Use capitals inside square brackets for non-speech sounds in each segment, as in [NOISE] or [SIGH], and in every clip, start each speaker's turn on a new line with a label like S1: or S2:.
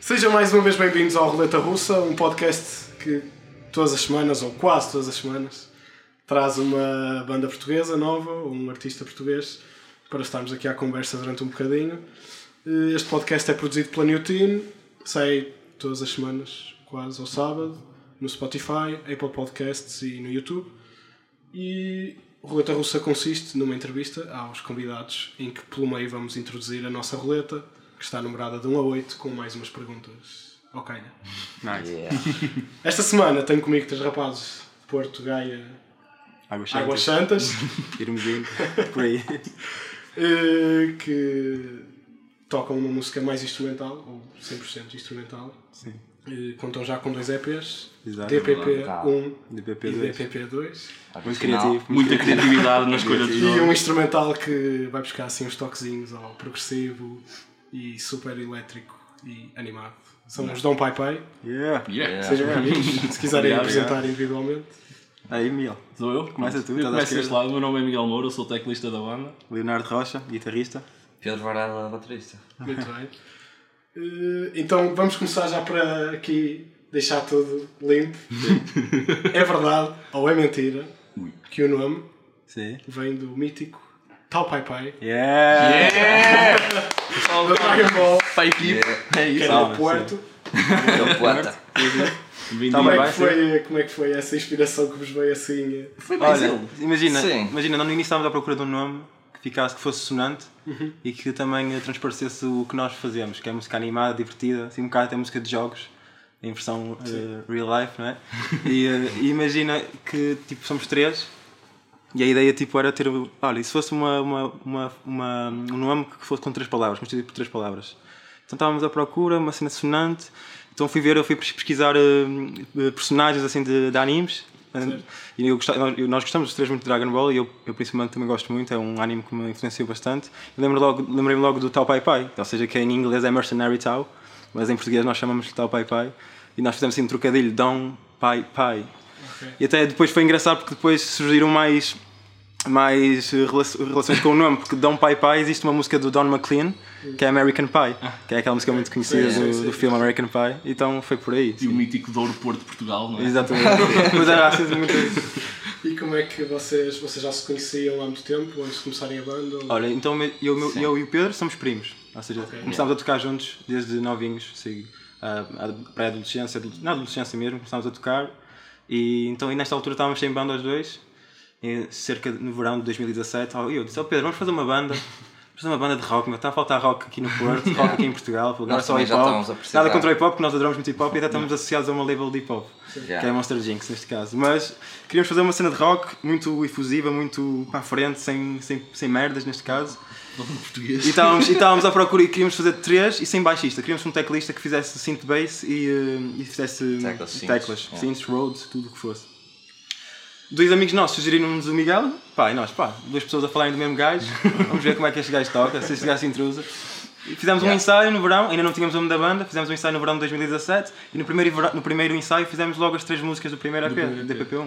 S1: Sejam mais uma vez bem-vindos ao Roleta Russa, um podcast que todas as semanas, ou quase todas as semanas, traz uma banda portuguesa nova, ou um artista português, para estarmos aqui à conversa durante um bocadinho. Eh, Este podcast é produzido pela Newtine, sai todas as semanas, quase ao sábado, no Spotify, Apple Podcasts e no YouTube. E Roleta Russa consiste numa entrevista aos convidados em que pelo meio vamos introduzir a nossa roleta, que está numerada de 1 a 8, com mais umas perguntas. Ok.
S2: Nice.
S3: Yeah.
S1: Esta semana tenho comigo três rapazes Porto, Gaia,
S2: Águas Santas.
S1: Águas Santas, [LAUGHS]
S2: Irmezinho, por aí.
S1: eh, que tocam uma música mais instrumental, ou 100% instrumental.
S2: Sim.
S1: Eh, Contam já com dois EPs,
S2: Exato.
S1: DPP1 e
S2: DPP2.
S1: DPP2.
S2: Muito criativo.
S4: Muita
S2: [LAUGHS]
S4: criatividade na escolha dos
S1: E
S4: nomes.
S1: um instrumental que vai buscar assim uns toquezinhos ao progressivo e super elétrico e animado. São os Dom Pai Pai.
S2: Yeah.
S4: Yeah.
S1: Sejam bem-vindos. Se quiserem
S4: é. Obrigado,
S1: apresentar
S4: [LAUGHS]
S1: individualmente.
S2: Aí, Miguel.
S4: Sou eu?
S2: Começa tu,
S4: eu
S2: estás à
S4: começo deste
S2: esquerda.
S4: lado. O meu nome é Miguel Moura, sou teclista da banda.
S2: Leonardo Rocha, guitarrista.
S3: Pedro Varela, é baterista.
S1: Muito bem. Eh, Então vamos começar já para aqui deixar tudo limpo. É verdade ou é mentira que o nome
S2: Sim.
S1: vem do mítico Tal Pai Pai,
S2: Yeah!
S1: do Dragon Ball,
S4: Para a equipe. É
S1: que
S4: isso.
S1: era
S2: Salve,
S1: do Porto.
S4: é
S3: Então,
S4: [LAUGHS]
S3: poeta.
S4: Bem-vindo.
S2: Tá
S1: Como
S2: bem.
S1: é,
S2: vai
S1: que foi, como é que foi essa inspiração que vos veio assim? eh?
S2: Olha, imagina,
S3: Sim.
S2: imagina, no início estávamos à procura de um nome que ficasse, que fosse sonante
S1: Uhum.
S2: e que também eh, transparecesse o que nós fazemos, que é música animada, divertida, assim um bocado até música de jogos, em versão eh, real life, não é? e, eh, e imagina que tipo somos três e a ideia tipo era ter, olha, e se fosse uma, uma, uma, uma- um nome que fosse com três palavras, constituído por três palavras. Então estávamos à procura, uma cena sonante, então fui ver, eu fui pes- pesquisar eh, eh, personagens assim de, de animes. E eu gostava- nós- eu- nós gostamos dos três muito de Dragon Ball e eu, eu principalmente também gosto muito, é um anime que me influenciou bastante. Eu lembro logo, lembrei-me logo do Tao Pai Pai, ou seja, que em inglês é Mercenary Tao, mas em português nós chamamos de Tao Pai Pai. E nós fizemos assim um trocadilho, Dom Pai Pai. E até depois foi engraçado porque depois surgiram mais, mais eh, relaço- relações com o nome, porque Dom Pai Pai existe uma música do Don McLean, que é American Pie, que é aquela música muito conhecida
S1: Sim, sim,
S2: do,
S1: sim.
S2: do filme American Pie, então foi por aí.
S4: E o
S2: sim.
S4: mítico Douro Porto de Portugal, não é?
S2: Exatamente. Pois era assim muito
S1: E como é que vocês, vocês já se conheciam há muito tempo, antes de começarem a banda? ou-
S2: Olha, então eu, eu, meu- eu e o Pedro somos primos. Ou seja, começámos a tocar juntos desde novinhos, assim, ah, a pré-adolescência, adolesc- na adolescência mesmo, começámos a tocar. E, então, e nesta altura estávamos sem banda os dois, e cerca de, no verão de 2017. oh, E eu disse: oh, Pedro, vamos fazer uma banda. Vamos fazer uma banda de rock, meu. Está a faltar rock aqui no Porto, rock aqui em Portugal, agora
S3: Nós
S2: só
S3: também
S2: hip
S3: já
S2: hop.
S3: estávamos a precisar.
S2: Nada contra o hip hop, porque nós adoramos muito hip hop e até estamos associados a uma label de hip hop que é Monster Jinx neste caso. Mas queríamos fazer uma cena de rock muito efusiva, muito para a frente, sem, sem, sem merdas neste caso.
S4: Português.
S2: E estávamos, e estávamos à procura e queríamos fazer três e sem baixista. Queríamos um teclista que fizesse synth bass e, eh, e fizesse
S3: Teclas, synths,
S2: teclas,
S3: é.
S2: synths, Rhodes, tudo o que fosse. Dois amigos nossos sugeriram-nos o Miguel, pá, e nós, pá, duas pessoas a falarem do mesmo gajo, [LAUGHS] vamos ver como é que este gajo toca, se este gajo se intrusa. E fizemos um
S3: Yeah.
S2: ensaio no verão, ainda não tínhamos o nome da banda, fizemos um ensaio no verão de 2017 e no primeiro, vera- no primeiro ensaio fizemos logo as três músicas do primeiro EP, DPP1.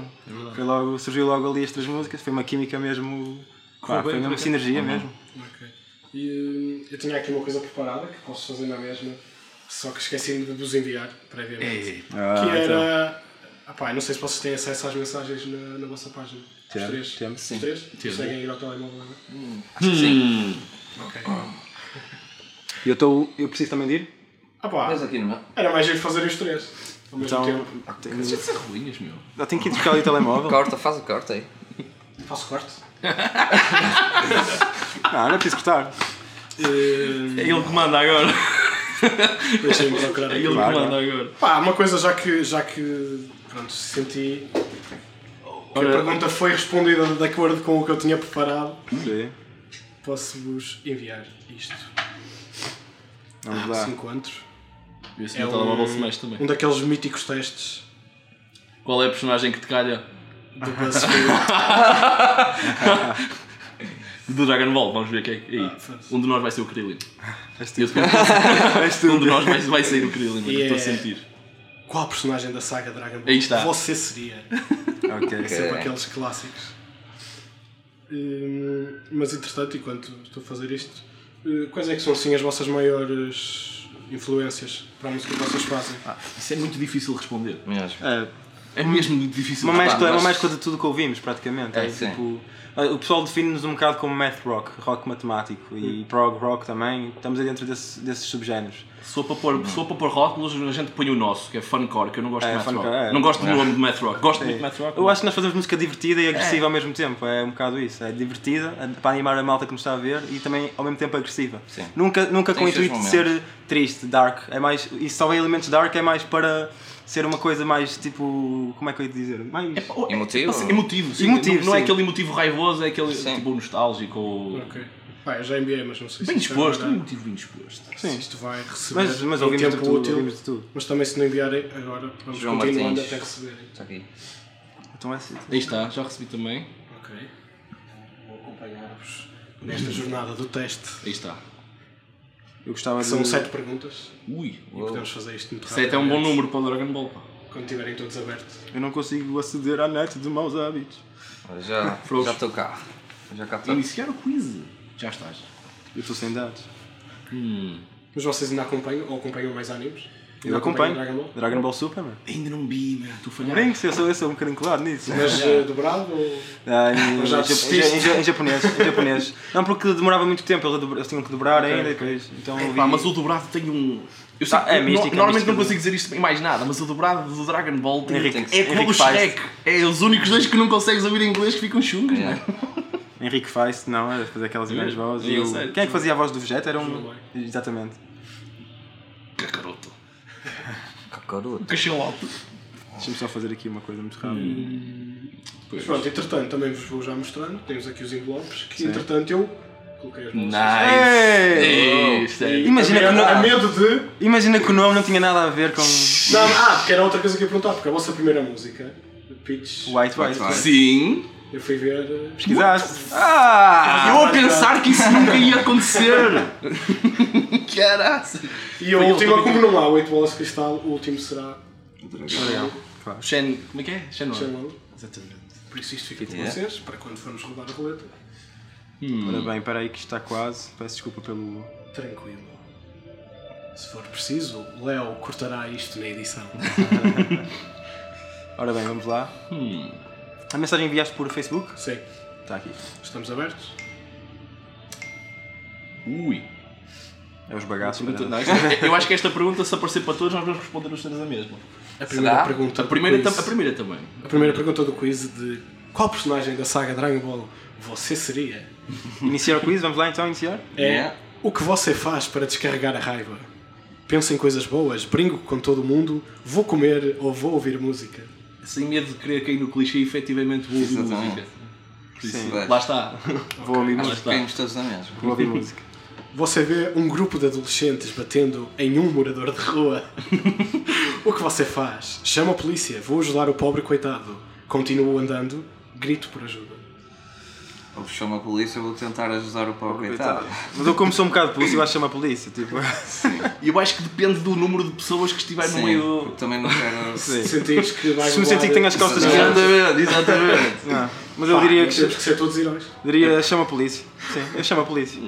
S2: foi logo, surgiu logo ali as três músicas, foi uma química mesmo, pá,
S4: Correu
S2: foi
S4: bem,
S2: mesmo
S4: por
S2: sinergia mesmo.
S1: Ok. é E hum, eu tinha aqui uma coisa preparada que posso fazer na mesma, só que esqueci-me de vos enviar previamente.
S2: Ah,
S1: que
S2: então.
S1: era. Ah, pá, não sei se vocês têm acesso às mensagens na, na vossa página.
S2: Temos,
S1: Os três.
S2: temos.
S1: Os três? Conseguem ir ao telemóvel agora? Ok.
S2: E eu estou. Eu preciso também de ir?
S1: Ah, pá,
S3: Mas aqui não.
S1: era mais giro fazerem os três. Ao mesmo
S2: Então.
S1: tempo.
S2: Tenho,
S4: Isso é ruínas, meu.
S2: eu tenho que ir buscar ali o telemóvel.
S3: Corta, faz o corte aí.
S1: Faço corte.
S2: Ah, não é preciso cortar.
S4: É ele que manda agora.
S1: Deixem-me procurar
S4: É
S1: aqui.
S4: [LAUGHS] ele que
S2: Claro.
S4: manda agora.
S1: Pá, uma coisa já que. Já que pronto, senti. Que a
S4: Ora-
S1: pergunta foi respondida de acordo com o que eu tinha preparado.
S2: Sim.
S1: Posso-vos enviar isto.
S2: Vamos lá.
S1: Se encontro.
S4: Vê se
S1: É
S4: tá no telemóvel
S1: um-
S4: se mexe também.
S1: Um daqueles míticos testes
S4: Qual é a personagem que te calha? [LAUGHS]
S1: do BuzzFeed.
S4: Do Dragon Ball, vamos ver quem é. que- Aí.
S1: Ah, foda-se.
S4: Um de nós vai ser
S2: [LAUGHS]
S4: o Krillin.
S2: És tu.
S4: Eu depois-
S2: És tu.
S4: Um de nós vai, vai sair o Krillin, mas eu estou
S1: Yeah.
S4: a sentir.
S1: Qual personagem da saga Dragon Ball
S4: Aí está.
S1: você seria?
S2: Ok.
S1: Sempre
S3: É.
S1: aqueles clássicos. Hum, mas entretanto, enquanto estou a fazer isto, eh, quais é que são assim as vossas maiores influências para a música que vocês fazem?
S4: Ah, isso é muito difícil de responder.
S3: Mesmo.
S2: É,
S4: É mesmo muito difícil
S2: uma
S4: de
S2: mescla, é uma
S3: Ah, mas-
S2: mescla de tudo que ouvimos, praticamente. É,
S3: É, sim.
S2: tipo, ah, o pessoal define-nos um bocado como math rock, rock matemático
S3: Hum.
S2: e prog rock também. Estamos aí dentro desse- desses subgéneros.
S4: Se for para pôr, se for para pôr rock, a gente põe o nosso, que é funcore, que eu não gosto
S2: É,
S4: de math
S2: funcore,
S4: rock.
S2: é.
S4: Não gosto do nome de math rock. Gosto muito de
S2: É.
S4: math rock.
S2: Eu acho que nós fazemos música divertida e agressiva ao mesmo tempo, é um bocado isso. É divertida é para animar a malta que nos está a ver e também ao mesmo tempo agressiva.
S3: Sim.
S2: Nunca, nunca
S3: Tem
S2: com o
S3: os seus
S2: intuito de ser triste, dark. É mais, e se houver elementos dark é mais para ser uma coisa mais tipo. Como é que eu ia dizer? Mais.
S4: É, pá, é-
S3: Emotivo?
S4: assim, emotivo, sim.
S2: Emotivo,
S4: não, não é
S2: sim.
S4: aquele emotivo raivoso, é aquele
S3: Sim.
S4: tipo nostálgico ou.
S1: Ok. Pá, eu já enviei, mas não sei
S4: Bem
S1: se é isto
S4: disposto,
S1: vai
S4: um
S1: agora-
S4: emotivo bem disposto.
S1: se isto vai receber
S2: Mas, mas
S1: em
S2: ouvimos, de
S1: tempo
S2: tudo,
S1: útil.
S2: ouvimos de tudo.
S1: Mas também se não enviarem agora, vamos
S3: João
S1: continuando
S3: Martins.
S1: até receberem.
S3: Está aqui.
S2: Então é assim.
S4: Aí está, já recebi também.
S1: Ok. Vou acompanhar-vos nesta jornada do teste.
S4: Aí está.
S2: Eu gostava de.
S1: São sete perguntas
S4: Ui,
S1: e podemos fazer isto muito rápido.
S4: isso é até um bom número para o Dragon Ball. pá.
S1: Quando tiverem todos abertos.
S2: Eu não consigo aceder à net de maus hábitos.
S3: Olha, Já
S4: Frouxo.
S3: já estou cá. Já cá estou.
S4: Iniciar o quiz. Já estás.
S2: Eu estou sem dados.
S4: Hum.
S1: Mas vocês ainda acompanham ou acompanham mais animes?
S2: Eu
S1: Ainda
S2: acompanho.
S1: acompanham Dragon Ball?
S2: Dragon Ball Super, mano.
S4: Ainda não vi, meu. Estou a falhar.
S2: Brinks, eu sou, eu sou um bocadinho colado nisso.
S1: Mas eh, dobrado ou.
S2: Ah, em,
S1: já
S2: em-
S1: desististe?
S2: em- em- em japonês, em japonês. Não, porque demorava muito tempo, eles, dobra- eles tinham que dobrar ainda e depois. Então eu vi-
S4: É, Pá, mas o dobrado tem um. Eu sei,
S2: Ah, é
S4: eu
S2: mística,
S4: no-
S2: é
S4: normalmente
S2: mística.
S4: não consigo dizer isto em mais nada, mas o dobrado do Dragon Ball tem,
S2: Henrique-
S4: é como
S2: Henrique
S4: o
S2: Feist.
S4: Shrek. É os únicos dois que não consegues ouvir em inglês que ficam chungas, não
S3: Yeah.
S4: é?
S2: Henrique Feist, não, era fazer aquelas grandes vozes.
S4: Eu
S2: e o-
S4: sei.
S2: Quem é que fazia a voz do Vegeta? Era
S1: João
S2: um.
S1: Leite.
S2: Exatamente.
S4: Cacaroto.
S3: Cacarudo.
S4: Cachalote.
S2: Deixa-me só fazer aqui uma coisa muito rápida.
S1: Mas pronto, entretanto também vos vou já mostrando. Temos aqui os envelopes que
S2: Sim.
S1: entretanto eu coloquei as mãos.
S2: Ei!
S4: Ei, isto é-
S1: E
S2: Imagina
S1: havia-
S2: que não-
S1: A medo de.
S2: Imagina que o nome não tinha nada a ver com.
S1: Não, ah, porque era outra coisa que eu ia perguntar, porque a vossa primeira música, Peach,
S2: White White.
S3: White.
S4: Sim.
S1: eu fui ver. eh,
S2: Pesquisaste? Ah!
S4: eu a pensar que isso nunca ia [LAUGHS] acontecer. Caraca.
S1: E a
S4: Foi
S1: última,
S4: ele
S1: como não há 8 bolas de cristal, o último será
S2: Legal. Claro.
S4: Shen. Como é que é? Shen.
S1: Shenlong.
S4: Exatamente.
S1: Por isso isto fica com
S3: Yeah.
S1: vocês, para quando formos rodar a roleta.
S2: Ora bem, peraí que isto está quase. Peço desculpa pelo.
S1: Tranquilo. Se for preciso, o Léo cortará isto na edição. [LAUGHS]
S2: Ora bem, vamos lá.
S4: Hum,
S2: A mensagem enviaste por Facebook?
S1: Sim,
S2: Está aqui.
S1: estamos abertos?
S4: Ui.
S2: É os bagaços.
S4: Pergunta-
S2: pera.
S4: não, isto- eu acho que esta pergunta, se aparecer para todos, nós vamos responder os três a mesma.
S1: A primeira
S3: Será?
S1: pergunta.
S4: A primeira,
S1: do
S4: tam-
S1: quiz,
S4: a primeira também.
S1: a primeira pergunta do quiz é de qual personagem da saga Dragon Ball você seria?
S2: Iniciar o quiz, vamos lá então iniciar?
S1: É
S4: Né?
S3: Yeah.
S1: o que você faz para descarregar a raiva. Penso em coisas boas, brinco com todo mundo, vou comer ou vou ouvir música.
S4: Sem medo de querer cair no clichê, efetivamente vou ouvir
S3: Exatamente.
S4: música. Por isso,
S2: Sim.
S4: Lá está.
S2: Vou ouvir
S4: Lá
S2: música.
S4: está.
S3: Caímos todos na mesma.
S2: Vou ouvir música.
S1: Você vê um grupo de adolescentes batendo em um morador de rua. [LAUGHS] o que você faz? Chama a polícia, vou ajudar o pobre coitado. Continuo andando, grito por ajuda.
S3: Ou chama a polícia, eu vou tentar ajudar o pobre coitado.
S2: Mas eu como sou um bocado polícia, eu acho que chama a polícia. Tipo,
S4: E [LAUGHS] eu acho que depende do número de pessoas que estiver no
S3: Sim,
S4: meio.
S3: porque também não
S4: [LAUGHS]
S3: quero...
S2: Sim.
S1: Sentires que vais
S2: Se me sentir que tenho as costas grandes.
S3: Exatamente, [LAUGHS] exatamente.
S2: Não. Mas eu diria
S1: temos
S2: que
S1: que ser todos heróis.
S2: diria chama a polícia. Sim, eu chamo a polícia.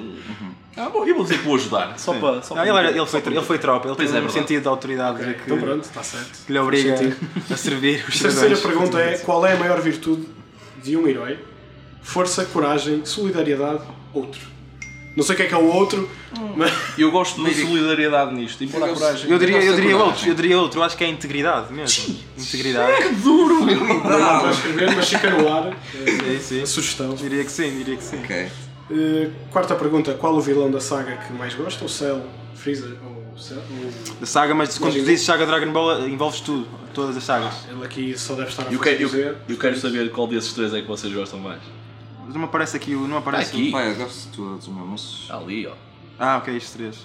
S4: Ah, bom, eu vou dizer que vou ajudar. Só
S2: Sim.
S4: para. Só
S2: Ah,
S4: para
S2: ele, era- ele foi, ele foi tropa, ele
S4: Pois
S2: tem
S4: é,
S2: um
S4: verdade.
S2: sentido de autoridade de que,
S1: Então pronto, está certo.
S2: que lhe obriga
S1: Faz
S2: a servir os
S1: A terceira
S2: cidadãos.
S1: pergunta é: qual é a maior virtude de um herói? Força, coragem, solidariedade, outro. Não sei o que é que é o outro, mas.
S4: Eu gosto da solidariedade nisto. Embora a
S3: Eu
S4: coragem.
S2: Eu diria, eu diria
S3: Coragem.
S2: outro, eu diria outro, eu acho que é a integridade mesmo. Integridade.
S4: Que duro!
S1: Não vou escrever, mas fica no ar.
S2: [LAUGHS] É isso, é
S1: A
S2: isso.
S1: sugestão.
S2: Diria que sim, diria que sim.
S3: Ok.
S1: Uh, quarta pergunta: qual o vilão da saga que mais gosta? O Cell, Freezer ou Cell? Ou...
S2: Da saga, mas quando
S1: Mas-
S2: dizes saga Dragon Ball, envolves tudo, todas as sagas.
S1: Ele aqui só deve estar a
S4: Eu
S1: fazer
S4: quero, eu-
S1: dizer.
S4: eu quero saber qual desses três é que vocês gostam mais.
S2: Mas não aparece aqui, o- não aparece.
S4: Tá aqui.
S3: Pai, eu gosto de todos, meu, mas...
S4: Ali, ó.
S2: Ah, ok, estes três.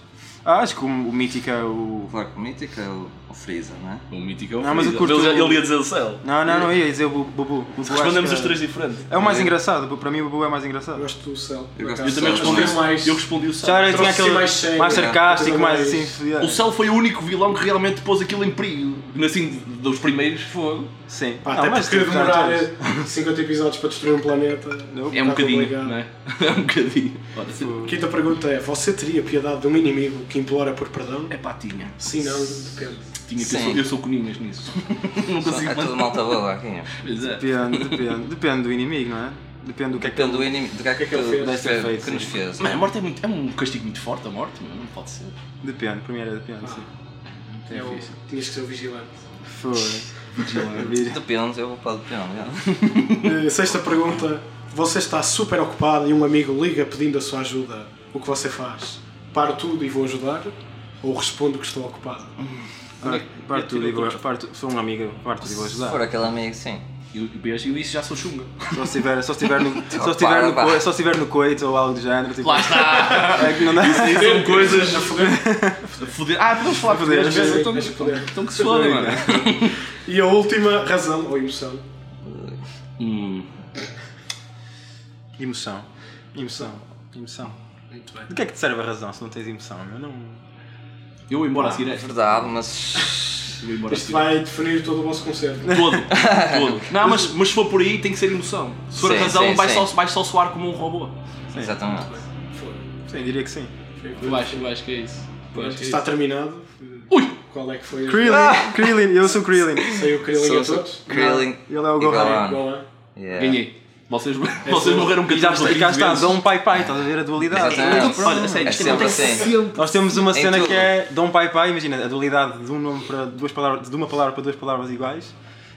S2: Ah, acho que o, o Mítico é o.
S3: Claro que o mítico é o o Freezer, não é?
S4: O mítico é o
S2: Não, mas eu
S4: Freezer.
S2: curto
S4: Ele, já-
S2: o-
S4: ele ia dizer o céu.
S2: Não, não, não ia dizer o Bu- Bubu. Bubu acho
S4: Respondemos
S2: que
S4: os
S2: é-
S4: três diferentes.
S2: É o mais engraçado, Bu- para mim o Bubu é o mais engraçado.
S1: Eu gosto do Cell.
S3: Eu gosto
S4: Eu também
S3: Só
S4: respondi,
S3: os
S1: é mais.
S4: eu respondi o céu.
S2: Já era, tinha
S1: trouxe
S2: aquele
S1: mais
S2: mais,
S1: sério,
S3: é.
S2: sarcástico,
S1: Coisa
S2: mais
S1: mais-
S2: assim.
S4: O Cell foi o único vilão que realmente pôs aquilo em perigo. assim, dos primeiros, fogo.
S2: Sim.
S1: Pá,
S2: Não,
S1: até
S2: mas
S1: porque
S2: tipo, já
S1: demorar é-
S2: tens-
S1: 50 episódios para destruir um planeta.
S4: É um
S1: tá
S4: bocadinho,
S1: complicado.
S4: não é? [LAUGHS] É um bocadinho. Ora, se-
S1: Quinta pergunta é: você teria piedade de um inimigo que implora por perdão?
S4: É pá, tinha.
S1: Sim, não, depende.
S4: Tinha que eu
S3: Sim.
S4: sou, eu sou
S2: [LAUGHS]
S4: coninhas nisso. não consigo
S3: É
S4: mais.
S3: tudo malta boa aqui.
S4: Pois é.
S2: Depende, depende. Depende do inimigo, não é? Depende do que é que
S3: Depende do inimigo, do que é que,
S1: que é que ele fez?
S3: do que é
S2: Deve ter
S3: que nos
S2: feito,
S3: fez.
S4: Mas a morte é, muito, é um castigo muito forte, a morte, meu, não pode ser.
S2: Depende, primeiro é depende, sim.
S4: É
S1: Eu-
S4: difícil.
S1: tinhas que ser o vigilante.
S2: Foi. Vigilante.
S3: Depende, eu vou para o depende. já.
S1: Eh, Sexta pergunta: você está super ocupado e um amigo liga pedindo a sua ajuda. O que você faz? Paro tudo e vou ajudar? Ou respondo que estou ocupado?
S2: Par- Parto tudo e vou. Parto, sou um amigo, parto tudo e vou
S3: Se for
S2: ajudar.
S3: aquele amigo, sim.
S4: E o beijo, eu isso já sou chunga.
S2: Só se tiver, só se tiver
S4: [LAUGHS]
S2: no, só se tiver no,
S3: Opa,
S2: coi-
S3: opa.
S2: só se tiver no coito ou algo do género. Tipo, [LAUGHS]
S4: Lá está!
S2: é que não dá.
S4: [LAUGHS] São coisas. Foder. Ah, podemos falar
S2: Foder,
S4: de foder às vezes.
S1: sim,
S4: Então
S1: deixa foder.
S4: então que se foda, mano.
S1: E a última razão ou emoção?
S4: Hum.
S2: Emoção. Emoção. Emoção.
S1: Muito bem.
S2: Do que é que te serve a razão se não tens emoção? Eu não.
S4: Eu vou embora a seguir
S3: É
S4: esta.
S3: verdade, mas.
S4: Eu vou embora a
S1: Isto
S4: seguir.
S1: vai definir todo o vosso conceito.
S4: Todo. Todo. Não, mas, mas se for por aí tem que ser emoção. Se for
S3: Sim,
S4: razão,
S3: sim,
S4: vai,
S3: sim.
S4: Só, vai só soar como um robô.
S3: Exatamente.
S2: Sim, diria que sim.
S4: Eu acho, eu acho que é isso.
S1: Pronto, está terminado.
S4: Ui!
S1: Qual é que foi? a-
S2: Krillin, Krillin, eu sou Krillin.
S1: Saiu o Krillin a
S3: Sou-
S1: todos?
S3: Krillin.
S2: Ele é o
S3: e
S2: Gohan.
S3: Gohan.
S1: Bom, é?
S3: Yeah.
S4: Ganhei. Vocês, [LAUGHS] vocês
S1: só-
S4: morreram um
S2: E já está,
S4: bocadinho.
S2: e cá está,
S4: vezes.
S2: Dom um Pai Pai, estás a ver a dualidade.
S3: Exatamente.
S4: Olha, a sério,
S3: É
S4: isto
S3: sempre
S4: acontece
S3: assim.
S4: sempre.
S2: Nós temos uma cena
S3: tudo.
S2: que é Dom Pai Pai, imagina, a dualidade de um nome para duas palavras, de uma palavra para duas palavras iguais.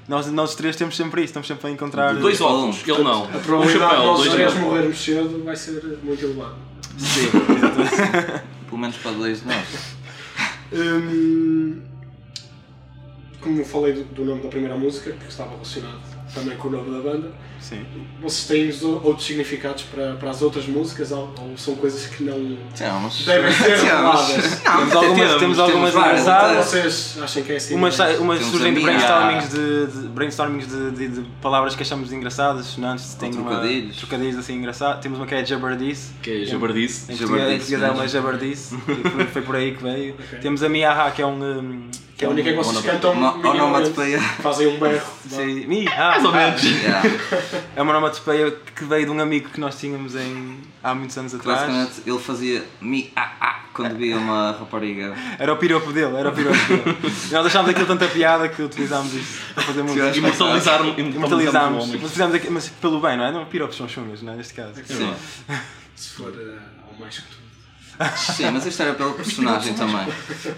S2: Nós, nós três temos sempre isso, estamos sempre a encontrar.
S4: Dois óculos, ele
S1: A
S4: não. Um
S1: probabilidade de
S4: chapéu,
S1: nós
S4: dois
S1: três
S4: óculos.
S1: morrermos cedo vai ser muito elevada.
S2: Sim.
S3: Pelo menos para dois de nós.
S1: Hum, como eu falei do, do nome da primeira música, que estava relacionado também com o nome da banda,
S2: Sim.
S1: vocês têm os ou- outros significados para, para as outras músicas ou, ou são coisas que não
S3: Temos.
S1: devem ser reveladas? Então,
S2: Temos algumas,
S4: temos,
S2: temos algumas
S3: várias,
S2: engraçadas.
S1: Vocês acham que é assim?
S2: Umas,
S1: mas-
S2: umas
S3: Temos
S2: surgem de
S3: a minha.
S2: brainstormings, de, de- brainstormings de, de- de palavras que achamos engraçadas, é? sonantes, tem uma-
S3: trocadilhos.
S2: trocadilhos assim engraçados. Temos uma que é Jabardice,
S4: Que é jabardice.
S2: Em
S3: Jabardice
S2: português em português é
S3: mesmo.
S2: uma
S3: [LAUGHS]
S2: jabardice, e foi, foi por aí que veio.
S1: Ok.
S2: Temos a Miaha, que é um. um,
S1: Que é a única que vocês cantam
S3: Ono-
S1: minimamente,
S3: onomatopeia.
S1: fazem um berro.
S2: Sim, Miaha!
S4: Mais ou menos.
S3: Yeah.
S2: É uma onomatopeia que veio de um amigo que nós tínhamos em, há muitos anos atrás.
S3: Basicamente, ele fazia mi a a quando via uma rapariga.
S2: Era o piropo dele, era o piropo dele.
S3: [LAUGHS]
S2: E nós achámos aquilo tanta piada que utilizámos isto para fazer música.
S3: acho
S4: Imortalizaram
S2: Imortalizámos,
S4: imortalizámos o
S2: mas
S4: homem.
S2: fizemos aqui, mas pelo bem, não é? Não, piropos são chungas, não é? Neste caso.
S3: Sim.
S1: Se for eh, ao mais que tudo.
S3: Sim, mas isto era pelo personagem também.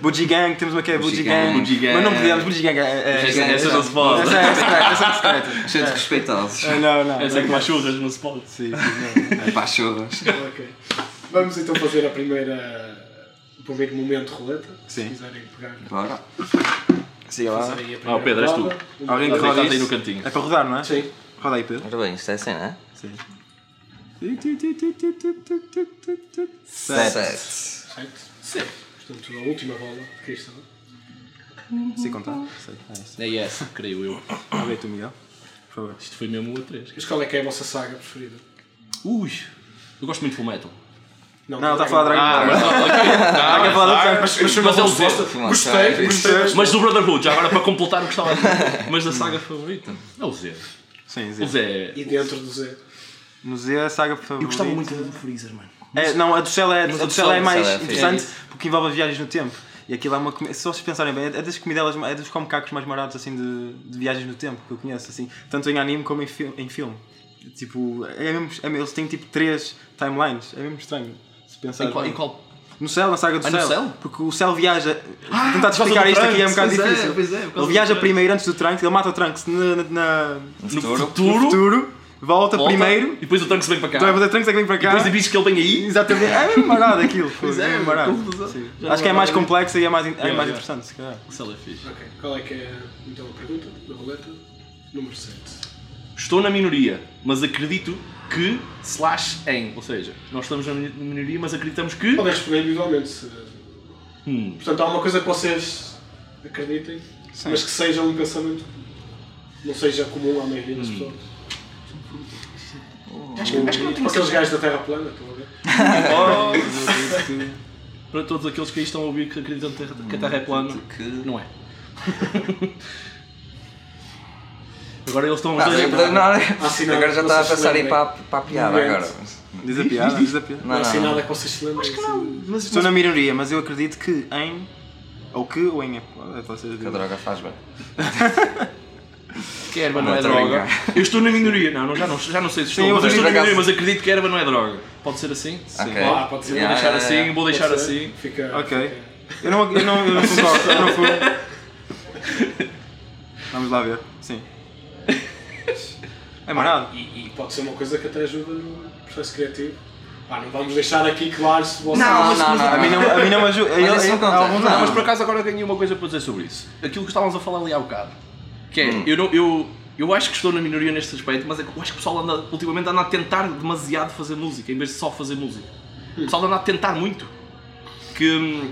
S2: Boogie Gang, temos uma que é Boogie
S3: Boogie
S2: Gang.
S3: Gang.
S4: Boogie Gang.
S2: Mas não podíamos, Boogie Gang é. é-
S3: Boogie Gang.
S2: é-
S4: Essa não se pode.
S2: Essa é secreta, essa é secreta.
S3: Cheio de
S2: [LAUGHS]
S3: respeitados.
S2: Ah, Não, não.
S4: Essa é com as churras, não se pode.
S2: Sim, sim, não.
S3: Pá, churras.
S1: Ok. Vamos então fazer a primeira. O primeiro momento roleta. Se
S2: Sim.
S1: quiserem pegar.
S3: Agora.
S2: Siga lá.
S1: fazerem a
S4: Ah, o Pedro,
S1: primeira
S4: és tu.
S1: prova. Um,
S2: Alguém que
S1: dois,
S4: Estás
S2: roda
S4: aí
S2: isso?
S4: no cantinho.
S2: É para rodar, não é?
S1: Sim.
S2: Roda aí, Pedro.
S3: Ora bem, isto é assim, não é?
S2: Sim.
S3: Sete.
S1: Certo? Sim. Portanto, a última bola de cristal.
S2: Sim, contar. Sei. É isso.
S4: É essa, creio eu.
S2: Abre aí tu, Miguel. Por favor.
S4: Isto foi mesmo o 3.
S1: Mas qual é que é a vossa saga preferida?
S4: Ui! Eu gosto muito de Full Metal.
S2: Não, está a falar Dragon Ball.
S4: mas,
S2: Está a falar de Ah, Dragon Ball.
S1: é Mas foi uma
S4: Mas é o
S1: boa resposta.
S4: Zé.
S2: é,
S1: Gostei, gostei.
S4: mas do Brotherhood, já agora para completar o que estava a dizer. Mas da saga favorita? É o Z.
S2: Sim,
S4: O
S2: Zé.
S4: Zé.
S1: E dentro do Z.
S2: No Z, é a saga favorita.
S4: Eu gostava muito do Freezer, mano.
S2: É, não, a do Shell é, a
S3: Mas
S2: do Shell é
S3: do
S2: mais
S3: Shell é fixe.
S2: interessante
S4: É
S2: porque envolve as viagens no tempo. E aquilo é uma comi- Se vocês pensarem bem, é das comidelas, é dos comecacos mais baratos assim de, de viagens no tempo que eu conheço, assim, tanto em anime como em, fi- em filme. Tipo, é mesmo, é mesmo- eles têm tipo três timelines, é mesmo estranho. Se pensar
S4: Em qual,
S2: bem.
S4: em qual-
S2: No céu, na saga do
S4: Ah, no
S2: céu.
S4: Cell? Ah,
S2: Porque o céu viaja. Tentar
S4: causa
S2: explicar
S4: do
S2: isto aqui é um bocado
S4: Trunks, pois é,
S2: difícil.
S4: pois é, por causa
S2: ele
S4: do
S2: viaja
S4: Trunks.
S2: primeiro antes do Trunks, ele mata o Trunks na, na- na-
S4: No
S3: Futuro.
S4: futuro.
S2: no futuro, volta,
S4: volta,
S2: primeiro,
S4: E depois o Trunks vem para cá.
S2: então é o Trunks é que vem para cá.
S4: Depois diz que ele vem aí.
S2: Exatamente, é mesmo marado aquilo.
S4: [LAUGHS] Pois
S2: fogo,
S4: é,
S2: mesmo marado.
S4: confusão.
S2: Sim.
S4: Já
S2: Acho que é
S4: não
S2: mais
S4: dá bem.
S2: complexo e é mais, in- é
S4: Yeah,
S2: mais
S4: yeah.
S2: interessante, se
S4: [LAUGHS]
S2: calhar.
S4: O Cell é fixe.
S1: Ok, qual é que é então a pergunta da roleta? Número 7.
S4: Estou na minoria, mas acredito que slash em. Ou seja, nós estamos na min- minoria, mas acreditamos que.
S1: Podem responder é individualmente. se-
S4: Hum.
S1: Portanto, há uma coisa que vocês acreditem, mas que seja um pensamento que não seja comum à maioria das pessoas.
S4: Acho que, acho que não assim tenho
S1: Aqueles gajos da Terra plana, estão a ver?
S4: [LAUGHS] Para todos aqueles que aí estão a ouvir que acreditam que a Terra é [LAUGHS] plana,
S3: Hum, Que-
S4: não é. Agora eles estão
S3: Não,
S1: Tá,
S4: os dois-
S3: não, não,
S1: Assinado,
S3: agora já está a
S1: vocês
S3: passar aí
S1: lembram.
S3: para, para a piada
S1: Momento.
S3: agora.
S2: Diz a piada, diz a piada.
S3: Não,
S1: Não é assim
S3: não.
S1: nada que vocês se lembrem. assim.
S2: Mas estou na minoria, mas eu acredito que em. Ou que ou em. é que vocês
S3: Que a
S2: dizem.
S3: droga faz bem.
S4: que erva não
S3: Não,
S4: é
S3: tô a
S4: droga.
S3: brincar.
S4: [LAUGHS] Eu estou na minoria. Não, não, já, não, já não sei se estou,
S2: Sim, eu
S4: mas eu
S3: por
S4: estou na
S3: acaso-
S4: minoria, mas acredito que erva não é droga. Pode ser assim?
S3: Ok.
S1: Ah, pode ser.
S4: Vou
S1: Ah,
S3: Yeah,
S4: deixar
S3: yeah,
S4: assim,
S3: yeah.
S4: vou deixar
S1: Pode ser?
S4: assim.
S1: Fica.
S2: Ok. Eu não, eu não, eu não concordo, eu não fui. Vamos lá ver, sim. É marado.
S1: E, e pode ser uma coisa que até ajuda no processo criativo. Pá, não vamos deixar aqui claro se vocês.
S3: Não, mas- mas-
S2: A mim não, a mim não ajuda.
S3: Ah, Mas isso não conta.
S2: alguns
S3: Não,
S4: Ah,
S2: anos.
S4: mas por acaso agora ganhei uma coisa para dizer sobre isso. Aquilo que estávamos a falar ali há bocado. Que é,
S2: Hum.
S4: eu, não, eu, eu acho que estou na minoria neste respeito, mas é que eu acho que o pessoal anda, ultimamente anda a tentar demasiado fazer música, em vez de só fazer música. O pessoal anda a tentar muito. Que... hum,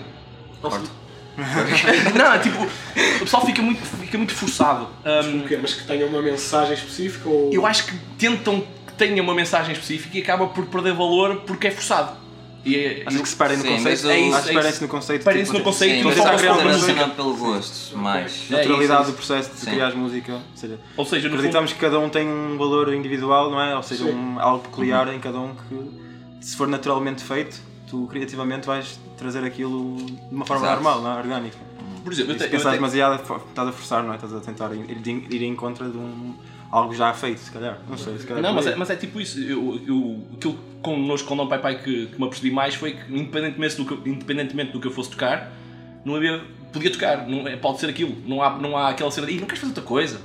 S4: [LAUGHS] não, é tipo, o pessoal fica muito, fica muito forçado. Hum,
S1: O quê? Mas que tenham uma mensagem específica ou.
S4: eu acho que tentam que tenha uma mensagem específica e acaba por perder valor porque é forçado. E é,
S2: Acho
S4: eu-
S2: que se parem no
S3: Sim,
S2: conceito.
S3: mas
S2: Acho
S3: o-
S4: é
S2: que
S4: isso.
S2: parem-se no conceito.
S4: Parem-se
S2: tipo,
S4: no conceito,
S3: Sim,
S4: não
S3: mas
S4: só
S3: está
S4: para
S3: a
S4: falar de
S3: cena
S4: música.
S3: pelo gosto, mais.
S4: É.
S2: Naturalidade
S4: isso,
S2: do processo de
S3: Sim.
S2: criar música. Ou seja,
S4: Ou seja, no fundo,
S2: acreditamos que cada um tem um valor individual, não é? Ou seja,
S1: Sim.
S2: um, algo peculiar
S4: Uhum.
S2: em cada um que, se for naturalmente feito, tu criativamente vais trazer aquilo de uma forma
S3: Exato.
S2: normal, não é? orgânica.
S4: por exemplo, eu,
S2: E
S4: te,
S2: se
S4: eu,
S2: pensares
S4: te-
S2: demasiado, fo- estás a forçar, não é? Estás a tentar ir, ir, de- ir em contra de um, algo já feito, se calhar. Não sei, se calhar.
S4: Não,
S2: por
S4: mas
S2: aí.
S4: é, mas é tipo isso. Eu, eu, aquilo connosco com o Dom Pai Pai que, que me apercebi mais foi que, independentemente do que, eu- independentemente do que eu fosse tocar, não havia. Podia tocar, não, é- pode ser aquilo. Não há, não há aquela cena de. "Ih, não queres fazer outra coisa?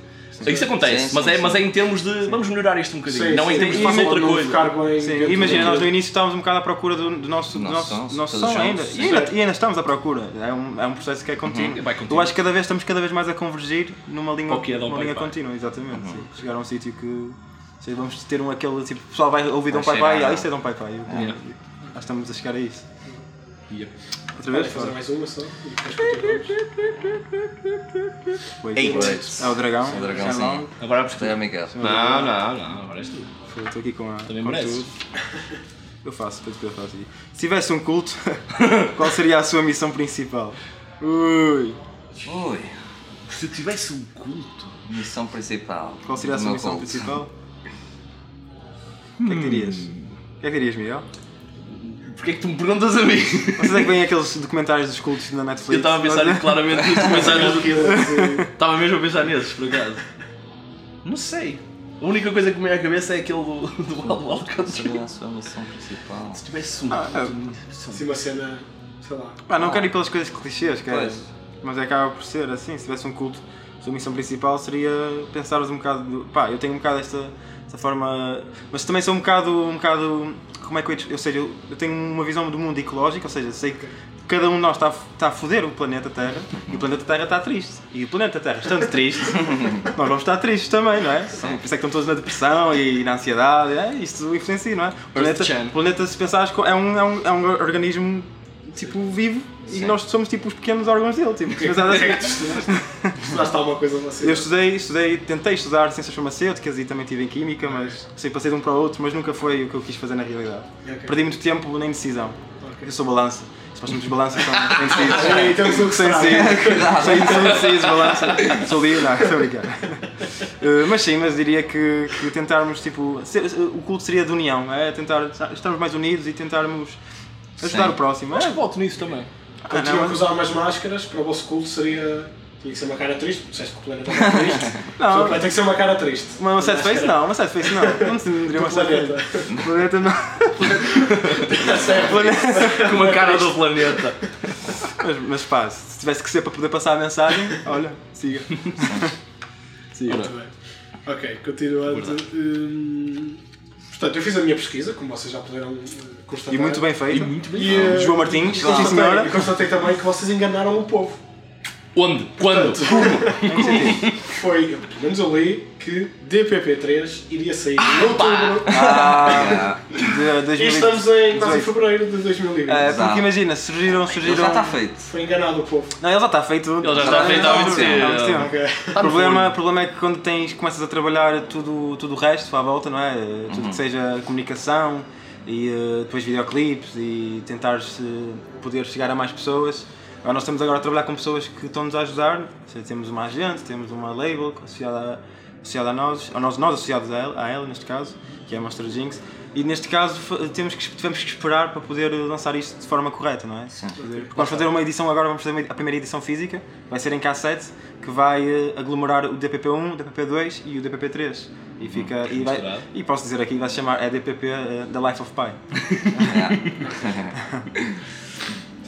S4: Isso acontece,
S3: Sim, sim,
S4: mas, é,
S3: sim.
S4: mas é em termos de. Vamos melhorar isto um bocadinho.
S1: Sim,
S4: não
S1: sim,
S4: em termos de
S1: mas
S4: fazer outra
S1: não
S4: coisa.
S1: ficar bem
S2: Sim,
S1: dentro
S2: imagina,
S1: do-
S2: nós no início estávamos um bocado à procura do, do nosso, do
S3: Nosso
S2: nosso,
S3: som,
S2: do nosso
S3: todos
S2: som ainda.
S3: juntos,
S2: E ainda, e ainda estamos à procura. É um, é um processo que é contínuo.
S4: Uhum, vai contínuo.
S2: Eu acho que cada vez estamos cada vez mais a convergir numa linha,
S4: Para o que é Dom
S2: numa
S4: Pai
S2: linha
S4: Pai. Uhum.
S2: contínua, exatamente. sim. Chegar a um sítio que ou seja, vamos ter um aquele tipo, o pessoal vai ouvir Dom Pai
S3: Vai
S2: Pai e
S3: chegar,
S2: ah, isto é Dom Pai Pai. Eu-
S4: Yeah.
S2: Acho que estamos a chegar a isso.
S4: Yeah.
S2: Outra
S1: Vamos
S2: vez?
S1: fazer
S2: Fora.
S1: mais uma só e depois continuamos. [LAUGHS]
S2: Wait.
S3: Eight.
S2: É o dragão.
S3: O
S2: Já
S3: dragãozinho.
S2: não.
S4: Agora vamos
S3: É, Miguel.
S4: Não, não, não, agora és tu.
S2: Foi, Estou aqui com a.
S4: Também
S2: com
S4: mereces.
S2: tudo. Eu faço, depois que eu faço aqui. Se tivesse um culto, [LAUGHS] qual seria a sua missão principal? Ui.
S3: Ui,
S4: Se tivesse um culto.
S3: missão principal.
S2: Qual seria a
S3: do
S2: sua
S3: meu
S2: missão
S3: culto.
S2: principal? O que é que dirias? O que é que dirias, Miguel?
S4: Porquê é que tu me perguntas a mim?
S2: Vocês é que veem aqueles documentários dos cultos na Netflix?
S4: Eu estava a pensar
S2: Nós-
S1: [LAUGHS]
S4: nisso claramente nos comentários do
S1: Aqui, assim,
S4: Estava mesmo a pensar nesses, por acaso. Não sei. A única coisa que me vem à cabeça é aquele do, do Wild Wild
S3: Qual
S4: Country.
S3: seria a sua missão principal?
S4: Se tivesse um.
S2: Ah, ah.
S4: é
S1: assim, uma cena, sei lá.
S2: Pá, não quero ir pelas coisas clichês, cara.
S3: Pois.
S2: Mas acaba por ser assim, se tivesse um culto, a sua missão principal seria pensarmos um bocado. Do... Pá, eu tenho um bocado esta, esta forma. Mas também sou um bocado. Um bocado como é que eu. ia des- Ou seja, eu, eu tenho uma visão do mundo ecológica, ou seja, sei que cada um de nós está a, f- está a foder o planeta Terra e o planeta Terra está triste. E o planeta Terra estando triste, nós vamos estar tristes também, não é? Por isso é que estão todos na depressão e na ansiedade, é? isto influencia, não é? O planeta,
S4: Chan.
S2: o planeta, se pensares, é um, é um, é um organismo tipo vivo e
S3: Sim.
S2: nós somos tipo os pequenos órgãos dele. Tipo, mas nada assim.
S1: [LAUGHS] Estudaste alguma coisa na cena.
S2: eu estudei, estudei, tentei estudar ciências farmacêuticas e também tive em química, mas sei, passei de um para o outro, mas nunca foi o que eu quis fazer na realidade.
S1: Ok.
S2: Perdi muito tempo na indecisão.
S1: Ok.
S2: Eu sou balança. Os próximos
S1: [LAUGHS]
S2: balanças são indecisos.
S1: Ei, temos um que
S2: Sem
S1: sabe.
S2: ser.
S3: [LAUGHS]
S2: Sem indecisos, balança. Sou livre, não, estou a brincar. Eh, mas sim, mas diria que, que tentarmos, tipo, ser- o culto seria de união, é tentar estarmos mais unidos e tentarmos ajudar
S3: Sim.
S2: o próximo.
S4: Acho
S2: É,
S4: que volto nisso também.
S1: Quando
S2: não,
S1: tinham
S2: mas-
S1: que usar umas máscaras, para o vosso culto seria. Tinha que ser uma cara triste, porque disseste que o planeta estava triste.
S2: [LAUGHS] Não.
S1: Não. Tem que ser uma cara triste.
S2: Uma, uma sad face não, uma sad face não. Não se diria uma
S1: Do
S2: sad
S1: planeta.
S2: face. Planeta não. Planeta-
S4: Com uma cara do planeta.
S2: Mas, mas pá, se tivesse que ser para poder passar a mensagem, olha, siga.
S1: Muito bem. Ok, continuando. Hum, portanto, eu fiz a minha pesquisa, como vocês já puderam eh, constatar.
S2: E muito bem feito.
S1: E, eh,
S2: João Martins,
S1: constatei-
S2: sim senhora.
S1: E constatei também que vocês enganaram o povo.
S4: Onde? Quando?
S1: Foi, eu, pelo menos eu li, que DPP3 iria sair em outubro.
S2: Ah, de
S1: E
S2: 2018.
S1: estamos em quase em fevereiro de 2020.
S2: É,
S3: Exato.
S2: porque imagina, surgiram,
S3: Ele
S2: surgiram.
S3: já está feito.
S1: Foi enganado o povo.
S2: Não, ele já está feito. Tá
S4: Ele já está feito há muito tempo. Tá
S1: Ok.
S2: O Tá problema, problema é que quando tens, começas a trabalhar tudo, tudo o resto à volta, não é? Tudo
S4: Uhum.
S2: que seja comunicação e eh, depois videoclipes e tentares eh, poder chegar a mais pessoas, Agora nós estamos agora a trabalhar com pessoas que estão-nos a ajudar, ou seja, temos uma agente, temos uma label associada a, associada a nós, ou nós, nós associados a ela, a ela, neste caso, que é a Monster Jinx, e neste caso fa- temos que, tivemos que esperar para poder lançar isto de forma correta, não é?
S3: Sim.
S2: Fazer- porque Vamos fazer uma edição agora, vamos fazer a primeira edição física, vai ser em K7, que vai eh, aglomerar o DPP1, o DPP2 e o DPP3. E, fica, e, vai-
S4: misturado.
S2: e posso dizer aqui, vai se chamar é DPP eh, The Life of Pi.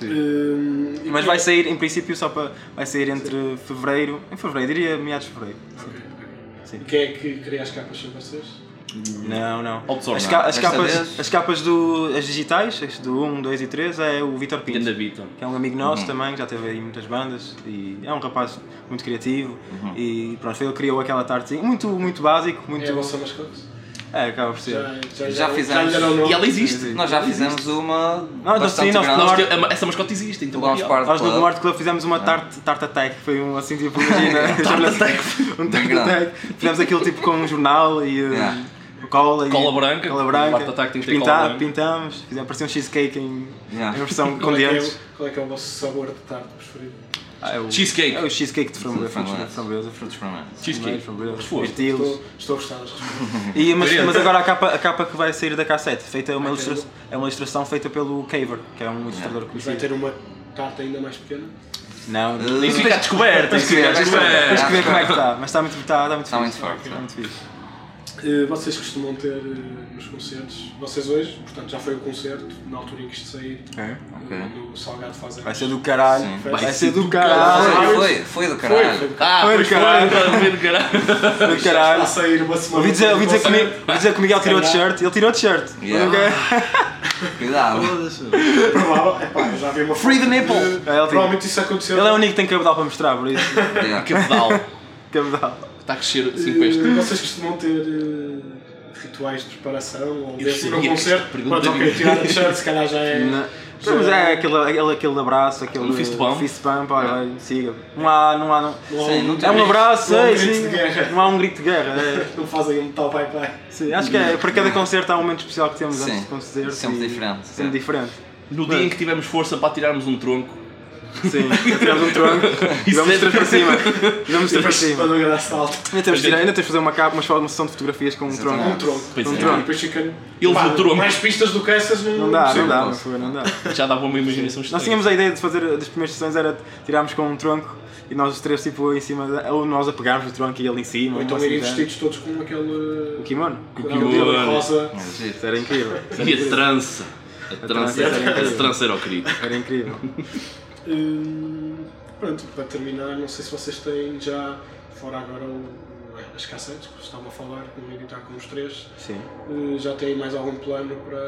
S1: Hum, e
S2: Mas vai sair, em princípio, só para. Vai sair entre fevereiro. Em fevereiro, diria meados de fevereiro.
S1: Ok, ok.
S2: Sim.
S1: E Quem é que cria as capas são vocês?
S2: Não, não. As,
S4: Outsourcing.
S2: ca- as
S3: Desta
S2: capas,
S3: vez-
S2: as capas do, as digitais, as do 1, 2 e 3, é o Vitor Pinto.
S4: Ganda Uhum. Vitor.
S2: que é um amigo nosso também, que já teve aí muitas bandas e é um rapaz muito criativo
S4: Uhum.
S2: e pronto, foi ele que criou aquela tarde muito, muito básico, muito...
S1: É a vossa mascote?
S2: É, acaba por ser.
S1: já,
S3: Já fizemos.
S1: Já lhe deram nome.
S4: E ela existe.
S3: Nós já fizemos uma
S2: nós sim,
S3: bastante
S2: nós-
S4: Nós
S2: Marte-
S3: grande.
S4: te- a- essa mascote existe, então.
S3: do Lounge
S4: é
S3: Bar
S2: Nós no
S3: Club.
S2: Marte Club fizemos
S4: Ah.
S2: uma tarte, tarte attack, foi um assim tipo,
S4: [LAUGHS]
S2: imagina, [LAUGHS] um tarte
S3: grande.
S2: attack. Fizemos aquilo tipo com um jornal e um,
S3: Yeah.
S2: cola e...
S4: Cola branca,
S2: Cola
S4: o Tarte
S2: branca.
S4: Attack tem que ter
S2: Pinta-
S4: cola branca.
S2: Pintamos, fizemos, parecia um cheesecake em,
S3: Yeah.
S2: em versão com
S1: Qual é, que é
S2: dentes.
S1: o, qual é que é o vosso sabor de tarde preferido?
S2: Ah, é o-
S4: Cheesecake.
S2: É o cheesecake de framboesa,
S3: Frutos
S2: frutos de
S3: framboesas.
S2: framboesa, frutos
S3: Frutos framboesas.
S4: Cheesecake.
S2: framboesa,
S4: Mas foda-se.
S2: estilos.
S1: Estou, estou a gostar das respostas.
S2: E, mas,
S4: Brilhante.
S2: mas agora a capa, a capa que vai sair da cassete feita é uma,
S1: Vai ter
S2: ilustra- é uma ilustração feita pelo Caver, que é um ilustrador
S1: Mas vai
S2: conhecido.
S1: ter uma carta ainda mais pequena?
S2: Não,
S3: Uh,
S2: tens
S4: Isso fica a descoberto.
S3: Tens que ver,
S4: isso fica
S3: tens que
S4: a
S2: tens
S4: descoberto.
S2: que ver como é que está, mas está muito, está, está muito
S3: Está Tá muito
S2: fixe.
S3: forte.
S2: Está muito fixe.
S1: Eh, Vocês costumam ter eh, nos concertos, vocês hoje, portanto já foi o concerto, na altura em que isto sair,
S3: Ok.
S1: eh, no Salgado Fazenda.
S2: Vai ser do caralho,
S3: Sim.
S2: vai,
S1: Vai
S2: ser do
S1: caralho.
S2: caralho,
S3: Foi, foi, foi do
S1: Foi,
S3: caralho.
S1: foi.
S4: Ah,
S2: Foi,
S4: pois foi,
S2: caralho.
S4: está a
S2: [LAUGHS]
S4: ver, caralho.
S2: do
S1: Está a
S2: caralho.
S1: sair uma semana.
S2: Ouvi dizer, ouvi dizer, que, o
S1: depois do
S2: Mi- ouvi dizer que o Miguel tirou de shirt, ele tirou de shirt.
S3: Yeah.
S2: Ok? É,
S3: Cuidado.
S1: concerto. Provável, epá, eu já vi uma
S3: Free the
S1: foto
S3: nipple.
S1: de-
S2: É, ele tem-
S1: Provavelmente isso aconteceu.
S2: Ele é o único que tem cabedal para mostrar, por isso.
S3: [LAUGHS] Yeah.
S4: Cabedal.
S2: Cabedal.
S4: Está a crescer
S1: Eh,
S4: 5 este.
S1: Vocês costumam ter eh, rituais de preparação ou dentro de
S4: sabia
S1: um
S4: que
S1: concerto?
S4: esta pergunta
S1: Pronto, ok,
S4: vinha.
S1: tirar a shirt se calhar já é.
S2: é Não, mas é aquele, aquele, aquele abraço, aquele
S4: Um fist bump.
S2: fist bump, olha, vai, siga. Não há, não há, não.
S1: Não,
S3: Sim, não
S2: É um abraço,
S1: Não há um
S2: é,
S1: grito
S2: sim.
S1: de guerra.
S2: Não há um grito de guerra. é.
S1: não fazem um tal pai pai.
S2: Sim, acho que é, para cada concerto há um momento especial que temos antes
S3: Sim,
S2: de concerto.
S3: sempre
S2: e-
S3: diferente,
S2: Sempre
S3: sim.
S2: diferente.
S4: No dia em que tivemos força para tirarmos um tronco,
S2: Sim, [LAUGHS] tiramos um tronco e
S4: Isso
S2: vamos
S4: é-
S2: tirar para cima. E [LAUGHS] Vamos tirar para
S1: Tipo, Para
S2: cima.
S1: não dar salto.
S2: Ainda temos, de tirar, ainda temos de fazer uma capa, mas uma sessão de fotografias com um
S3: Exatamente.
S1: Um
S2: tronco.
S1: tronco.
S4: Pois
S1: um
S4: é.
S1: tronco. Depois fica.
S4: Ele
S1: Pá,
S4: votou-me.
S1: Mais pistas do que essas não.
S2: Não dá, não
S1: possível.
S2: dá,
S3: posso.
S2: meu fogo, não dá.
S4: já dava uma imaginação
S2: Nós
S4: estranha.
S2: tínhamos a ideia de fazer das primeiras sessões era tirarmos com um tronco e nós os três tipo em cima, da- ou nós apegarmos o tronco e ele em cima.
S1: Ou
S2: ou
S1: então
S2: assim,
S1: irem
S2: tá?
S1: vestidos todos com
S2: O
S1: aquele.
S2: kimono.
S1: aquele rosa.
S3: Mas é giro.
S2: Isso era incrível.
S4: E a trança. A trança,
S2: trança era
S4: era- a
S2: incrível.
S4: trança era o querido.
S2: Era incrível.
S1: Hum, Pronto, para terminar, não sei se vocês têm já, fora agora o- as cassetes que estavam a falar, que não editar com os três,
S2: Sim.
S1: eh, já têm mais algum plano para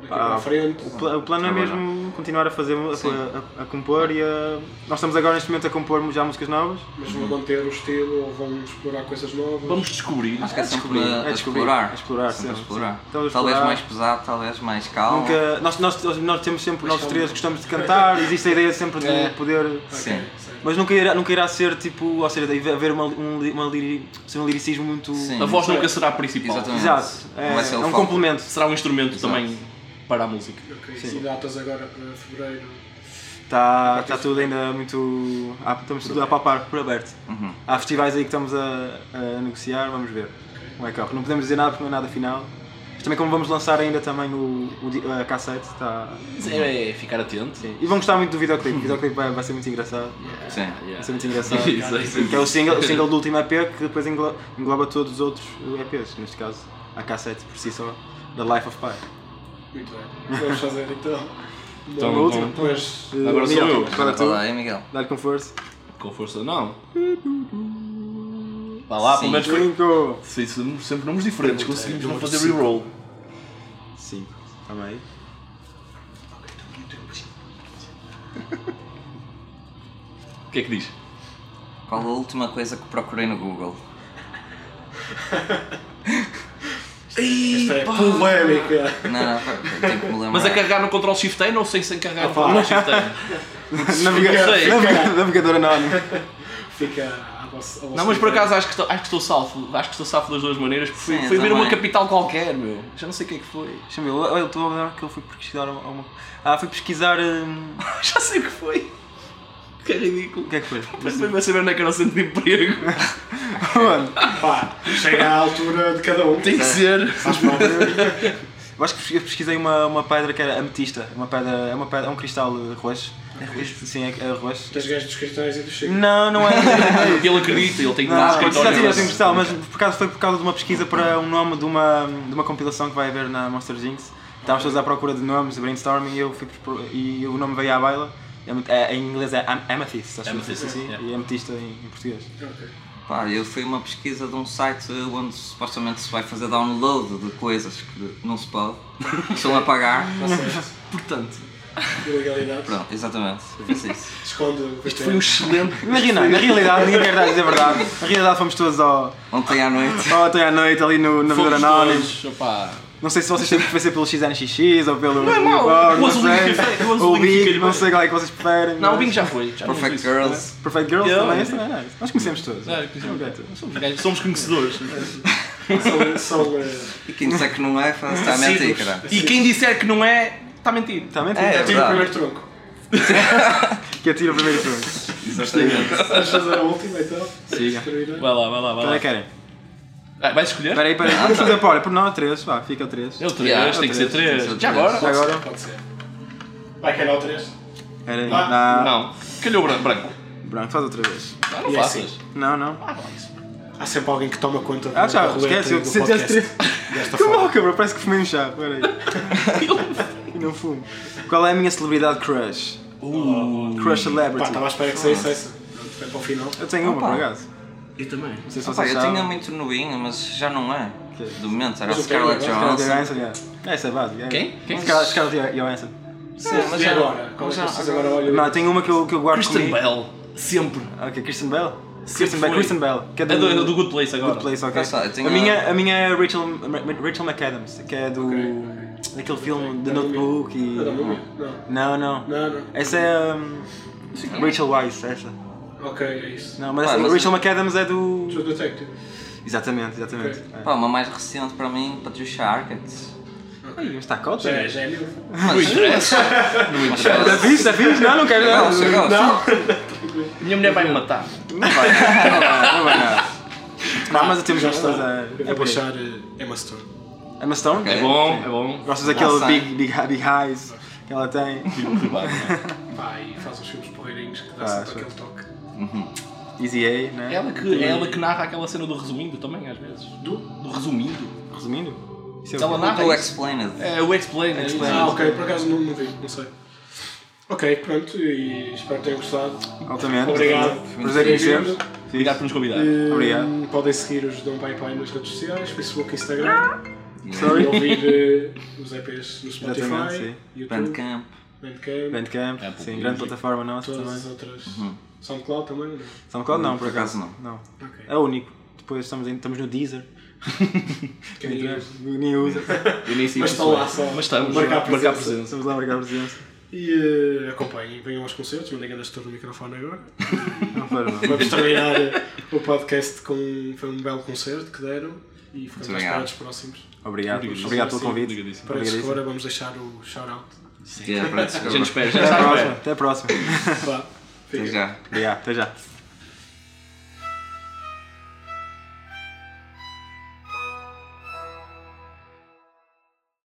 S1: daqui
S2: Ah,
S1: para a frente?
S2: O, pla- o plano é
S3: Trabalhar.
S2: mesmo continuar a fazer, mu-
S3: Tá Sim.
S2: a, a- a compor e a... Nós estamos agora neste momento a compor já músicas novas.
S1: Mas vão manter o estilo ou vão explorar coisas novas?
S4: Vamos descobrir.
S3: Acho que é sempre
S2: descobrir,
S3: a
S2: é descobrir,
S3: explorar.
S2: a explorar,
S3: Sempre a
S2: sim,
S3: explorar.
S2: sim. Então,
S3: Talvez
S2: explorar.
S3: mais pesado, talvez mais calmo.
S2: Nunca, nós, nós, nós temos sempre, nós
S1: calma.
S2: três gostamos de cantar, existe a ideia sempre de
S1: É.
S2: poder...
S3: Sim.
S1: Certo.
S2: Mas nunca irá, nunca irá ser tipo, ou seja, deve haver uma, um, li- uma liri- ser um liricismo muito...
S3: Sim.
S4: A voz nunca será a principal.
S3: Exatamente.
S2: Exato,
S3: Não
S2: é,
S3: vai ser
S2: é
S3: o
S2: um
S3: foco.
S2: complemento.
S4: Será um instrumento também para a música.
S1: Ok, E datas agora para fevereiro?
S2: Está tá tudo ainda muito... ah, estamos tudo a papar por aberto.
S3: Uhum.
S2: Há festivais aí que estamos a, a negociar, vamos ver como é que corre. Não podemos dizer nada porque não é nada final. Mas também como vamos lançar ainda também o, o di- a cassete, está...
S4: É, é ficar atento.
S2: E vão gostar muito do videoclipe, o videoclipe vai, vai ser muito engraçado.
S3: Sim.
S4: Yeah.
S2: Vai ser muito engraçado.
S4: Isso, isso,
S2: Que é o single, o single do último EP que depois englo- engloba, todos os outros EPs, neste caso a cassete por si só, da Life of Pi.
S1: Muito
S4: [LAUGHS]
S1: bem. Vamos fazer então.
S4: Então,
S1: Bom,
S4: então.
S1: Mas
S2: Eh,
S4: Agora sou
S2: Miguel,
S4: eu.
S2: Para tu,
S3: Fala aí, Miguel.
S2: dá-lhe com força.
S4: Com força, não. Vá lá, pelo
S3: Sim.
S4: menos foi. é,
S2: Cinco!
S4: Sim, são sempre números diferentes, conseguimos não fazer reroll.
S2: Cinco. Amei.
S4: O que é que diz?
S3: Qual a última coisa que procurei no Google?
S1: esta é polémica.
S3: Não, não, tenho que me lembrar.
S4: Mas a carregar no Ctrl Shift N ou sem, sem carregar no Ctrl Shift [LAUGHS] N?
S2: Navega
S4: sei,
S2: navega- navegador anónimo.
S1: Fica à vossa. à vossa
S4: Não, mas por
S1: vontade.
S4: acaso acho que, estou- acho que estou salvo. Acho que estou salvo das duas maneiras. porque Fui,
S3: Sim,
S4: fui ver
S3: também.
S4: uma capital qualquer, meu. Já não sei o que é que foi.
S2: Deixa-me ver, eu- eu estou a lembrar que ele foi pesquisar alguma Ah, foi pesquisar. hum,
S4: Já sei o que foi. Que é ridículo.
S2: O que é que foi?
S4: Mas também vai saber onde é que era o centro de emprego.
S2: Mano,
S1: Pá, chega à altura de cada um.
S4: [LAUGHS] Tem que ser.
S1: Faz mal.
S2: eu acho que eu pesquisei uma, uma pedra que era ametista. Uma pedra, é uma pedra, é um cristal eh, roxo. É roxo? Sim, é, é roxo.
S1: Tens gajos dos cristais e dos
S4: [LAUGHS]
S1: chicos.
S2: Não, não [LAUGHS] é.
S4: Porque ele acredita, ele tem que
S2: Não,
S4: dar
S2: não,
S3: escritório,
S2: já tinha
S3: mas-
S2: esse cristal, mas por causa, foi por causa de uma pesquisa para um nome de uma, de uma compilação que vai haver na Monster Jinx. Estávamos todos à procura de nomes, brainstorming, e, eu fui, pro- e o nome veio à baila. É- é- Em inglês é am- amethyst, acho
S4: Amethyst,
S2: que é assim,
S4: yeah.
S2: e ametista em, em português.
S1: Ok.
S3: Pá, eu fui uma pesquisa de um site onde supostamente se vai fazer download de coisas que não se pode, [LAUGHS] que são a pagar.
S1: tá
S4: Portanto,
S1: Ilegalidade.
S3: Pronto, exatamente. Eu fiz isso.
S1: Esconde o
S4: isto foi um excelente.
S2: Imagina, na realidade, ninguém quer dizer a verdade. Na realidade, fomos todos ao,
S3: Ontem
S2: [LAUGHS]
S3: à noite.
S2: ao ontem à noite ali no Navigador
S4: Fomos
S2: Anónimo.
S4: todos, opá.
S2: Não sei se vocês têm preferência pelo XNXX ou pelo. Não
S4: é mau, o
S2: não
S4: azul fica- o
S2: sei.
S4: azul
S2: Ou o
S4: fica-lhe
S2: Big,
S4: bem.
S2: não sei qual é que vocês preferem.
S4: Não, o
S2: mas-
S4: Bingo já foi.
S2: É
S4: Já fomos
S3: Perfect
S4: isso.
S3: Girls.
S2: Perfect Girls
S4: Yeah.
S2: também, esse também é nice. Nós conhecemos todos. É
S4: Ah,
S2: Ok.
S4: Somos gajos- Somos conhecedores.
S1: São, são, eh,
S3: E quem disser
S2: [LAUGHS]
S3: que não é, faz- está a mentir, caralho.
S4: E quem disser que não é, está mentindo.
S2: Também tem
S3: É,
S1: tira
S3: é
S1: o
S3: verdade.
S1: primeiro tronco.
S2: que atira o primeiro turno.
S3: Exatamente.
S1: Vamos fazer a última então.
S2: Siga.
S1: Destruir, né?
S4: Vai lá, vai lá, vai
S2: Qual é
S4: lá.
S2: que querem?
S4: Ah, Vais escolher?
S2: Espera aí, espera aí. Vamos fazer por, olha, por não, três, vá, fica três.
S4: É o 3,
S3: Yeah,
S4: tem
S2: é o
S4: que ser
S2: três,
S4: 3.
S3: tem que ser
S4: Já
S3: o três.
S4: agora?
S2: Já agora?
S1: Pode ser. Vai calhar o 3.
S2: Espera aí.
S1: Ah,
S2: Não.
S4: Não. Calhou bran- branco.
S2: Branco, faz outra vez.
S4: Ah, não
S1: E é
S4: faças.
S1: assim.
S2: Não, não.
S4: Ah, não, isso.
S1: Há sempre alguém que toma conta
S2: Ah, já,
S1: da roleta
S2: esquece,
S1: e
S2: eu
S1: do
S2: se tivesse
S1: podcast. [LAUGHS] Desta forma.
S2: Caraca, bro, parece que fumei um chá. Espera aí. E não fumo. Qual é a minha celebridade crush?
S4: Uh,
S2: Crush
S1: Pá,
S2: celebrity.
S1: estava à espera que saísse essa. Pronto, Foi para o final.
S2: Eu tenho uma,
S3: Opa.
S2: por acaso.
S4: eu também.
S2: Não sei se
S3: Ah, pá,
S2: vocês
S3: eu
S2: sabem.
S3: tinha muito noinho, mas já não é.
S2: Que?
S3: Do momento, era a
S1: Mas o que é
S3: Scarlett
S1: que é?
S2: Scarlett
S3: Johansson.
S2: Johansson, yeah. Essa é a base. yeah.
S4: Quem? Quem?
S2: Scarlett Scarlett Johansson.
S3: Sim, mas
S1: E
S3: já
S1: agora? Como é que
S3: já-
S1: vocês agora olham?
S2: Não, tem uma que eu, que eu guardo
S4: Kristen
S2: comigo.
S4: Bell. Sempre.
S2: Ok, Kristen Bell?
S4: Sempre
S2: Kristen Bell,
S4: foi.
S2: Kristen Bell. Que é
S4: É do, é do Good Place agora.
S2: Good Place, ok.
S3: Lá está, eu tinha-
S2: a, minha, a minha é a Rachel, Rachel McAdams, que é do. daquele filme The Notebook e.
S1: Não, Ah, não.
S2: Não, não.
S1: Não, não.
S2: Essa é. hum, Rachel Weisz, essa.
S1: Ok, é isso.
S2: Não, mas,
S3: Pá,
S2: essa-
S3: mas-
S2: Rachel McAdams é
S1: True
S2: do.
S1: Detective.
S2: Exatamente, exatamente.
S1: Ok.
S2: É.
S3: Pá, uma mais recente para mim,
S2: [LAUGHS]
S3: Patricia Arquette.
S2: Ai, mas tá né? está cota.
S1: Já é,
S2: Já
S1: já é meu.
S4: Não interessa. Não interessa.
S2: fiz, já fiz? tá Não, não quero
S3: Não,
S2: não.
S3: eu
S2: Não,
S3: gosto.
S4: Minha mulher vai me matar.
S2: vai, não vai, não vai nada. Não, mas temos
S1: Já
S2: gostas.
S1: está. Eu
S2: É
S1: vou
S2: por aí.
S1: puxar eh, Emma Stone.
S2: Emma Stone?
S3: Ok.
S4: É bom, é bom.
S2: Gostas daquele
S3: Nossa.
S2: big, big, big highs que ela tem.
S1: Pá, e faz uns filmes porreirinhos que dá
S2: Ah,
S1: sempre aquele toque.
S2: Easy A, né?
S4: É ela, que, é ela que narra aquela cena do resumindo também, às vezes. Do, do resumindo.
S2: Resumindo? Isso é o
S4: Ela
S2: quê?
S4: narra.
S3: Do
S4: isso.
S3: Explained.
S4: É o Explain. é isso.
S1: Ah, ok, por acaso não, não vi, não sei. Ok, pronto, e espero que tenham gostado.
S2: Altamente.
S1: Obrigado.
S2: Prazer em conhecermos.
S4: Obrigado por nos convidar.
S1: Eh,
S2: Obrigado.
S1: Podem seguir os Dom Pai Pai nas redes sociais, Facebook, Instagram, e
S2: Sorry.
S1: ouvir eh, os EPs no
S2: Exatamente,
S1: Spotify,
S2: sim.
S1: YouTube,
S3: Bandcamp.
S1: Bandcamp,
S2: Bandcamp,
S1: É,
S4: Apple
S2: sim,
S4: Music.
S2: grande plataforma nossa
S1: todas as
S2: também.
S1: outras. SoundCloud também, não? é?
S2: SoundCloud não, por
S3: Por acaso,
S2: acaso.
S3: não.
S2: Não.
S1: Ok.
S2: É o único. Depois estamos, em- estamos no Deezer. Né?
S1: Quem usa.
S2: Nem usa.
S4: Eu nem sei
S1: Mas
S4: quem
S1: estão
S4: sou.
S1: lá só.
S4: Mas estamos.
S1: Marcar
S4: Marcar,
S1: presença.
S4: presença.
S2: Estamos lá a marcar a presença.
S1: E eh, acompanhem, venham aos concertos, não digam das torres do microfone agora.
S2: Não foram, não.
S1: Vamos terminar eh, o podcast com. Foi um belo concerto que deram e ficamos à espera
S3: obrigado.
S1: dos próximos.
S2: Obrigado.
S4: Obrigado.
S2: Obrigado pelo
S1: Sim,
S2: convite.
S4: obrigadíssimo.
S1: Para
S2: Obrigadíssimo.
S1: agora vamos deixar o shout-out.
S3: Yeah, para
S2: é,
S4: A gente espera. Já
S2: Até
S4: está
S2: à
S4: à espera.
S2: próxima. Até à próxima.
S1: Vá,
S3: Até
S1: fiquem.
S3: já.
S2: Obrigado. Até já.